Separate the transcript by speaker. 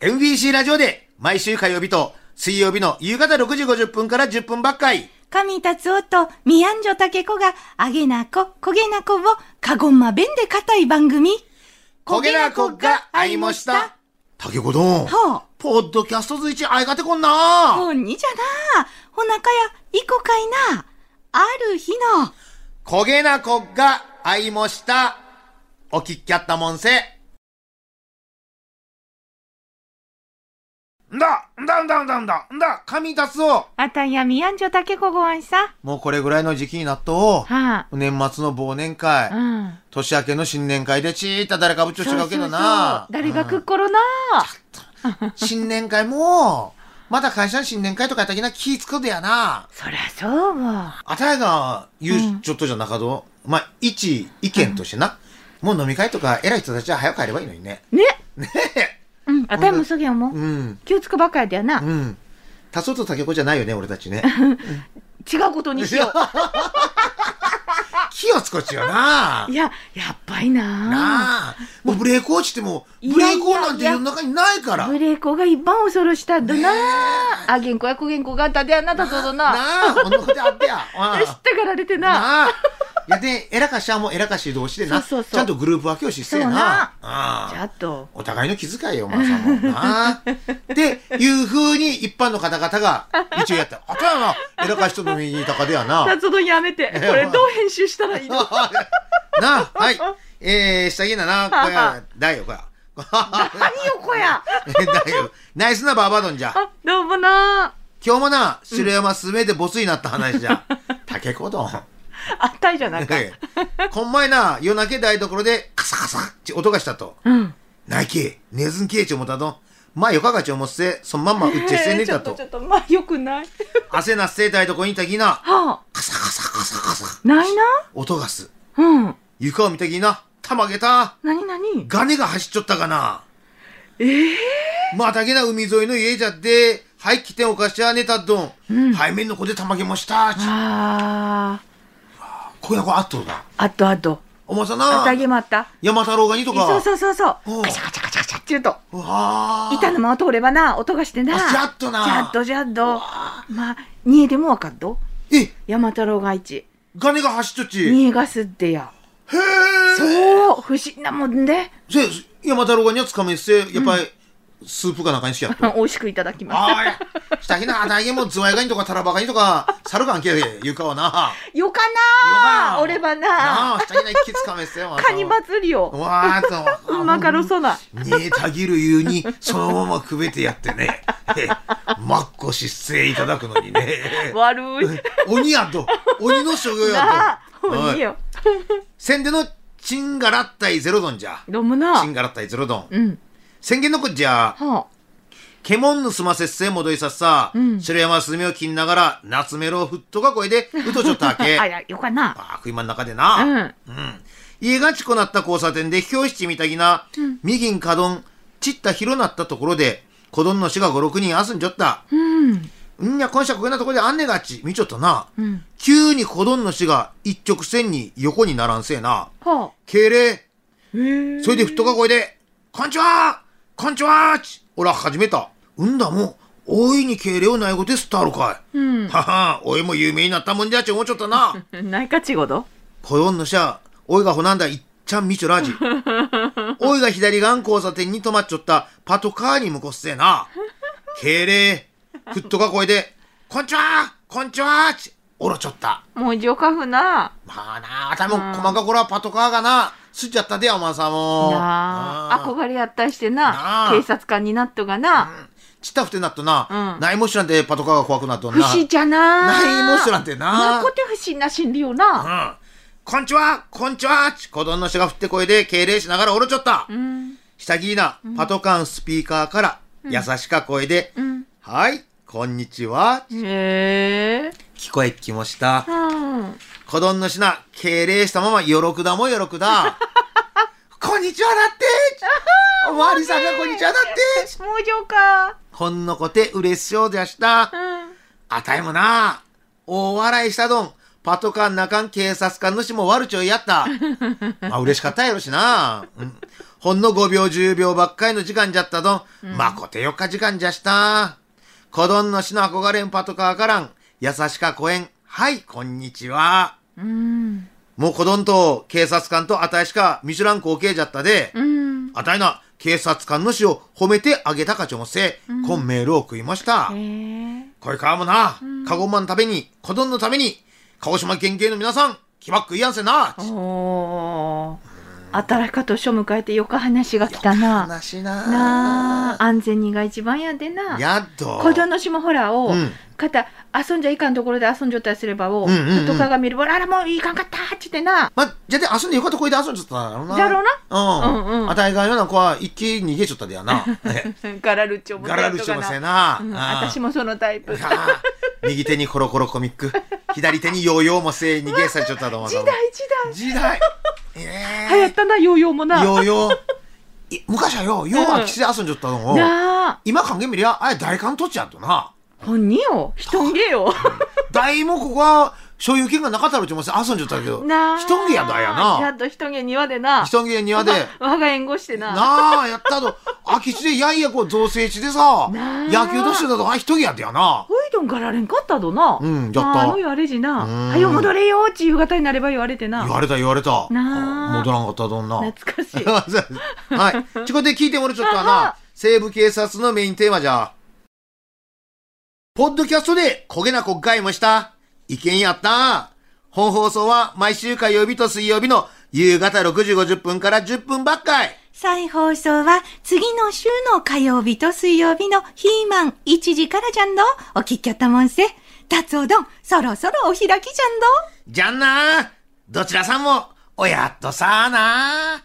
Speaker 1: MBC ラジオで毎週火曜日と水曜日の夕方6時50分から10分ばっかり。
Speaker 2: 神達夫とミアンジョタケコが、あげなこ、こげなこを、かごんま弁で固い番組。
Speaker 1: 焦げなこが会いました。。竹子どん。
Speaker 2: は
Speaker 1: ポッドキャスト随一相方こん
Speaker 2: あ、
Speaker 1: な。
Speaker 2: ほんにじゃな。ほなかや、いこかいな。ある日の、
Speaker 1: 焦げなこが会いました。おきっきゃったもんせ。んだ、んだんだんだんだ、んだ、神達夫。
Speaker 2: あたんやミアンジョタケコごあいさ。
Speaker 1: もうこれぐらいの時期になっとう。
Speaker 2: は
Speaker 1: 年末の忘年会
Speaker 2: あ、うん。
Speaker 1: 年明けの新年会でちーった誰か部長違うけどな。
Speaker 2: 誰がく
Speaker 1: う
Speaker 2: っ
Speaker 1: ん
Speaker 2: ころな。
Speaker 1: 新年会も、また会社の新年会とかやったきな気ぃつくでやな。
Speaker 2: そりゃそうわ。
Speaker 1: あたやが
Speaker 2: う
Speaker 1: 言うんちょっとじゃなかど、まあ、一意見としてな。もう飲み会とか偉い人たちは早く帰ればいいのにね。
Speaker 2: ね。
Speaker 1: ね
Speaker 2: うん、あたいもそげんも
Speaker 1: え。う。ん。
Speaker 2: 気をつくばっかやでやな。
Speaker 1: うん。たそと竹子じゃないよね、俺たちね。
Speaker 2: 違うこと にしよ
Speaker 1: 気をつこちよな
Speaker 2: う。い。や、やっぱりな。
Speaker 1: なあ。もうブレーク落ちても、ブレークオンなんて世の中にないから。
Speaker 2: ブレーコが一番恐ろしたんだな。
Speaker 1: ねえ
Speaker 2: あ、原稿やこ原稿があったであなたとだな。
Speaker 1: なあ、こんなことあってや。
Speaker 2: 知
Speaker 1: うん
Speaker 2: ったから出てな。
Speaker 1: なあ。いやで、偉かしはもう偉かし同士でな。
Speaker 2: そうそうそう
Speaker 1: ちゃんとグループ分けをしせえな。
Speaker 2: そうな
Speaker 1: あ
Speaker 2: ち
Speaker 1: あ
Speaker 2: ょっと。
Speaker 1: お互いの気遣いよ、お前さんも。 なあ。っていう風に一般の方々が一応やった。あとはな、偉かしと飲みにいたかではな。
Speaker 2: 達郎やめて。これどう編集したらいいの
Speaker 1: なあ、はい。えー、下着だな、こや、だよ、こや。
Speaker 2: 何よこや。
Speaker 1: だよ。ナイスなバーバドンじゃ。
Speaker 2: あ、どうもな。
Speaker 1: 今日もな、白山すべてボスになった話じゃ。竹子丼。
Speaker 2: あったいじゃないか。
Speaker 1: ええこん前な、夜泣け台所で、カサカサって音がしたと。
Speaker 2: うん。
Speaker 1: ないけ、ねずんけえちょもたど。まあ、よかがち思っせ、そのまんまうっ ちゃせねえ
Speaker 2: ちょ
Speaker 1: だ
Speaker 2: っと
Speaker 1: と
Speaker 2: ち。ょっと、まあよくない。
Speaker 1: 汗なっせえ台所にいたきな、
Speaker 2: はあ、
Speaker 1: カサカサカサカサ、
Speaker 2: ないな。
Speaker 1: 音がす。
Speaker 2: うん。
Speaker 1: 床を見たきな、たまげた、
Speaker 2: なになに
Speaker 1: ガネが走っちょったかな。
Speaker 2: ええ
Speaker 1: まあ、だけな海沿いの家じゃって、はい、来ておかしゃねたどん。
Speaker 2: うん
Speaker 1: 背面の子でたまげました。
Speaker 2: あ
Speaker 1: こやこあっとるな。
Speaker 2: あ。あとあと。
Speaker 1: おまさ
Speaker 2: あ
Speaker 1: な
Speaker 2: た、げまった。
Speaker 1: 山太郎がにとか。
Speaker 2: そうそうそうそう
Speaker 1: おう。
Speaker 2: カチャカチャカチャカチャって言うと。
Speaker 1: うわー
Speaker 2: 板のまま通ればな、音がしてな。
Speaker 1: あジャッとな
Speaker 2: ジャッとジャッと。まあ、にえでもわかっと。
Speaker 1: え、
Speaker 2: 山太郎が一。
Speaker 1: ガネが走っとっち。へ
Speaker 2: にえがすってや。
Speaker 1: え。
Speaker 2: そう、不思議なもんで。
Speaker 1: せ、山太郎がにはつかめっせ、やっぱり、スープかなんかにしやっと。
Speaker 2: 美味しくいただきま
Speaker 1: ああ、したひな、あたいげもズワイガニとかタラバガニとか、サルガンけえ、ゆかはな。
Speaker 2: す。よかな俺ばな
Speaker 1: なあ、したひな一気つかめっせ、
Speaker 2: カニ祭り
Speaker 1: う
Speaker 2: よ。
Speaker 1: わーっ と。
Speaker 2: うんまかろそな。
Speaker 1: ねえたぎる言うに、そのままくべてやってね。えまっこし姿勢いただくのにね。
Speaker 2: 悪い。
Speaker 1: 鬼やと。鬼の所業
Speaker 2: な
Speaker 1: や
Speaker 2: あ、
Speaker 1: と。
Speaker 2: ほんに
Speaker 1: はい。
Speaker 2: よ。
Speaker 1: せんでの、チンガラッタイゼロドンじゃ。
Speaker 2: どうもな
Speaker 1: チン。ガラッタイゼロドン。
Speaker 2: うん。
Speaker 1: 宣言のこっじゃ、
Speaker 2: は
Speaker 1: ケモン盗ませっせ戻りさっさ、
Speaker 2: うん
Speaker 1: 白山すずめを切んながら、夏メロをふっとか声 で、うとちょったわ
Speaker 2: あ。
Speaker 1: け。
Speaker 2: あ、
Speaker 1: あ
Speaker 2: いや、よかな。
Speaker 1: あ、食い間の中で
Speaker 2: う
Speaker 1: な。
Speaker 2: ん。
Speaker 1: うん。家がちこなった交差点で、表七みたぎな、みぎんかどん、ちったひろなったところで、子どんの死が五六人あすんじょった。
Speaker 2: うん。
Speaker 1: んにゃ、今社こげなとこであんねがち、見ちょったな。
Speaker 2: うん。
Speaker 1: 急に子どんの死が一直線に横にならんせえな。
Speaker 2: は
Speaker 1: 敬礼。
Speaker 2: あ。へえ。
Speaker 1: それでふっとか声で、こんちはこんちはちおら、始めた。うんだもん、大いに敬礼をないごてすったあるかい。
Speaker 2: うん。
Speaker 1: はは、おいも有名になったもんじゃち思っちょったな。
Speaker 2: ないかちごど
Speaker 1: こよんのしゃ、おいがほなんだいっちゃんみちょら じ。おいが左側ん交差点に止まっちょったパトカーに向こっせえな。敬礼。ふっとか声で、こんちはこんちはちおらちょった。
Speaker 2: もう上かふな。
Speaker 1: まあなあ、たぶん細かこらパトカーがな、すっちゃったでやおまさんも。
Speaker 2: な
Speaker 1: うん
Speaker 2: あ憧れやったりしてな
Speaker 1: なあ
Speaker 2: 警察官になっとがな
Speaker 1: ちったふてなっとな、
Speaker 2: うん
Speaker 1: ないもしなんてパトカーが怖くなっとん
Speaker 2: 不
Speaker 1: な。
Speaker 2: 思じゃな
Speaker 1: ないもしなん
Speaker 2: て
Speaker 1: て
Speaker 2: な
Speaker 1: な。
Speaker 2: こて不思議な心理よな
Speaker 1: うん。こんちは、こんちは、ち、子供の人が振って声で敬礼しながらおろちょった。
Speaker 2: うん
Speaker 1: 下着な、パトカンスピーカーから、優しか声で、
Speaker 2: うん
Speaker 1: はい、こんにちは、
Speaker 2: へえ
Speaker 1: 聞こえきました
Speaker 2: う。ん
Speaker 1: 子供の品、敬礼したまま、よろくだもよろく だ。こんにちはだってちおまわりさんがこんにちはだってち
Speaker 2: もう上か
Speaker 1: ほんのこて嬉しそうでやした。
Speaker 2: うん
Speaker 1: あたいもな、大笑いしたどん。パトカー中ん警察官のしも悪ちょいやった。まあ嬉しかったやろしな。うん、ほんの5秒10秒ばっかりの時間じゃったどん、まこてよか時間じゃした。こどんの死の憧れんパトカーからん、優しかこえん、はい、こんにちは。
Speaker 2: うん。
Speaker 1: もうこどんと警察官とあたいしかミシュラン光景じゃったで、
Speaker 2: うん。
Speaker 1: あたいな警察官の死を褒めてあげたかちょもせ、こんメールを送りました。
Speaker 2: へえ。
Speaker 1: これからもな、カゴマンために、コドンのために、鹿児島県警の皆さん、気ばっくいやんせな。
Speaker 2: おー。働かと書迎えてよか話が来たな。
Speaker 1: 話な
Speaker 2: なあ、安全にが一番やでな。
Speaker 1: やっと。
Speaker 2: 子供の島ほらを、
Speaker 1: うん
Speaker 2: 肩遊んじゃいかんところで遊んじゃったりすればを、
Speaker 1: うんうんうん
Speaker 2: パトカーが見るばあらもういかんかったっちってな。
Speaker 1: まあ、じゃで遊んでよかった声で遊んじゃったんやろな。
Speaker 2: じゃろうな
Speaker 1: うん。
Speaker 2: うんうん
Speaker 1: あたいがような子は一気に逃げちゃったでや な。
Speaker 2: ガラルッチョ も
Speaker 1: ガラルちょもせな。
Speaker 2: うん、
Speaker 1: ああ
Speaker 2: 私もそのタイプ。時代
Speaker 1: ああ右手にコロコロコミック、 左手にヨーヨーもせ逃げされちゃったと思う。
Speaker 2: 時代。
Speaker 1: 時代。え
Speaker 2: 流行っ
Speaker 1: え
Speaker 2: たな、ヨーヨーもな。
Speaker 1: ヨーヨー。い昔はよ、ヨーは岸で遊んじゃったのを、
Speaker 2: なあ、
Speaker 1: 今考えみりゃ、あれ誰かんとっちゃうとな。
Speaker 2: 本人よ、人んげよ。
Speaker 1: 大もここは所有権がなかったろうちもせ遊んじゃったけど、
Speaker 2: なあ。
Speaker 1: 人んげやだや
Speaker 2: や
Speaker 1: な。
Speaker 2: っと人んげ庭でな。
Speaker 1: 人んげ庭で、
Speaker 2: わ我が援護してな。
Speaker 1: なあ、やったと、空き地でやいやこう造成地でさ、
Speaker 2: な
Speaker 1: 野
Speaker 2: あ
Speaker 1: 球としてたと、あ、人んげやったやな。
Speaker 2: ホイドンかられんかったどな。
Speaker 1: うんやった
Speaker 2: なああの言われじな。
Speaker 1: うん
Speaker 2: はよ戻れよーち夕方になれば言われてな。
Speaker 1: 言われた言われた。
Speaker 2: なあ
Speaker 1: 戻らんかったどんな。
Speaker 2: 懐かしい。
Speaker 1: はい。ちこで聞いてもらっちょっとは
Speaker 2: あは
Speaker 1: な、西部警察のメインテーマじゃ。ポッドキャストで焦げな国会もした。意見やった。本放送は毎週火曜日と水曜日の夕方6時50分から10分ばっかい。
Speaker 2: 再放送は次の週の火曜日と水曜日のヒーマン1時からじゃんど。お聞きやったもんせ。達おどん、そろそろお開きじゃんど。
Speaker 1: じゃんなどちらさんも、おやっとさあな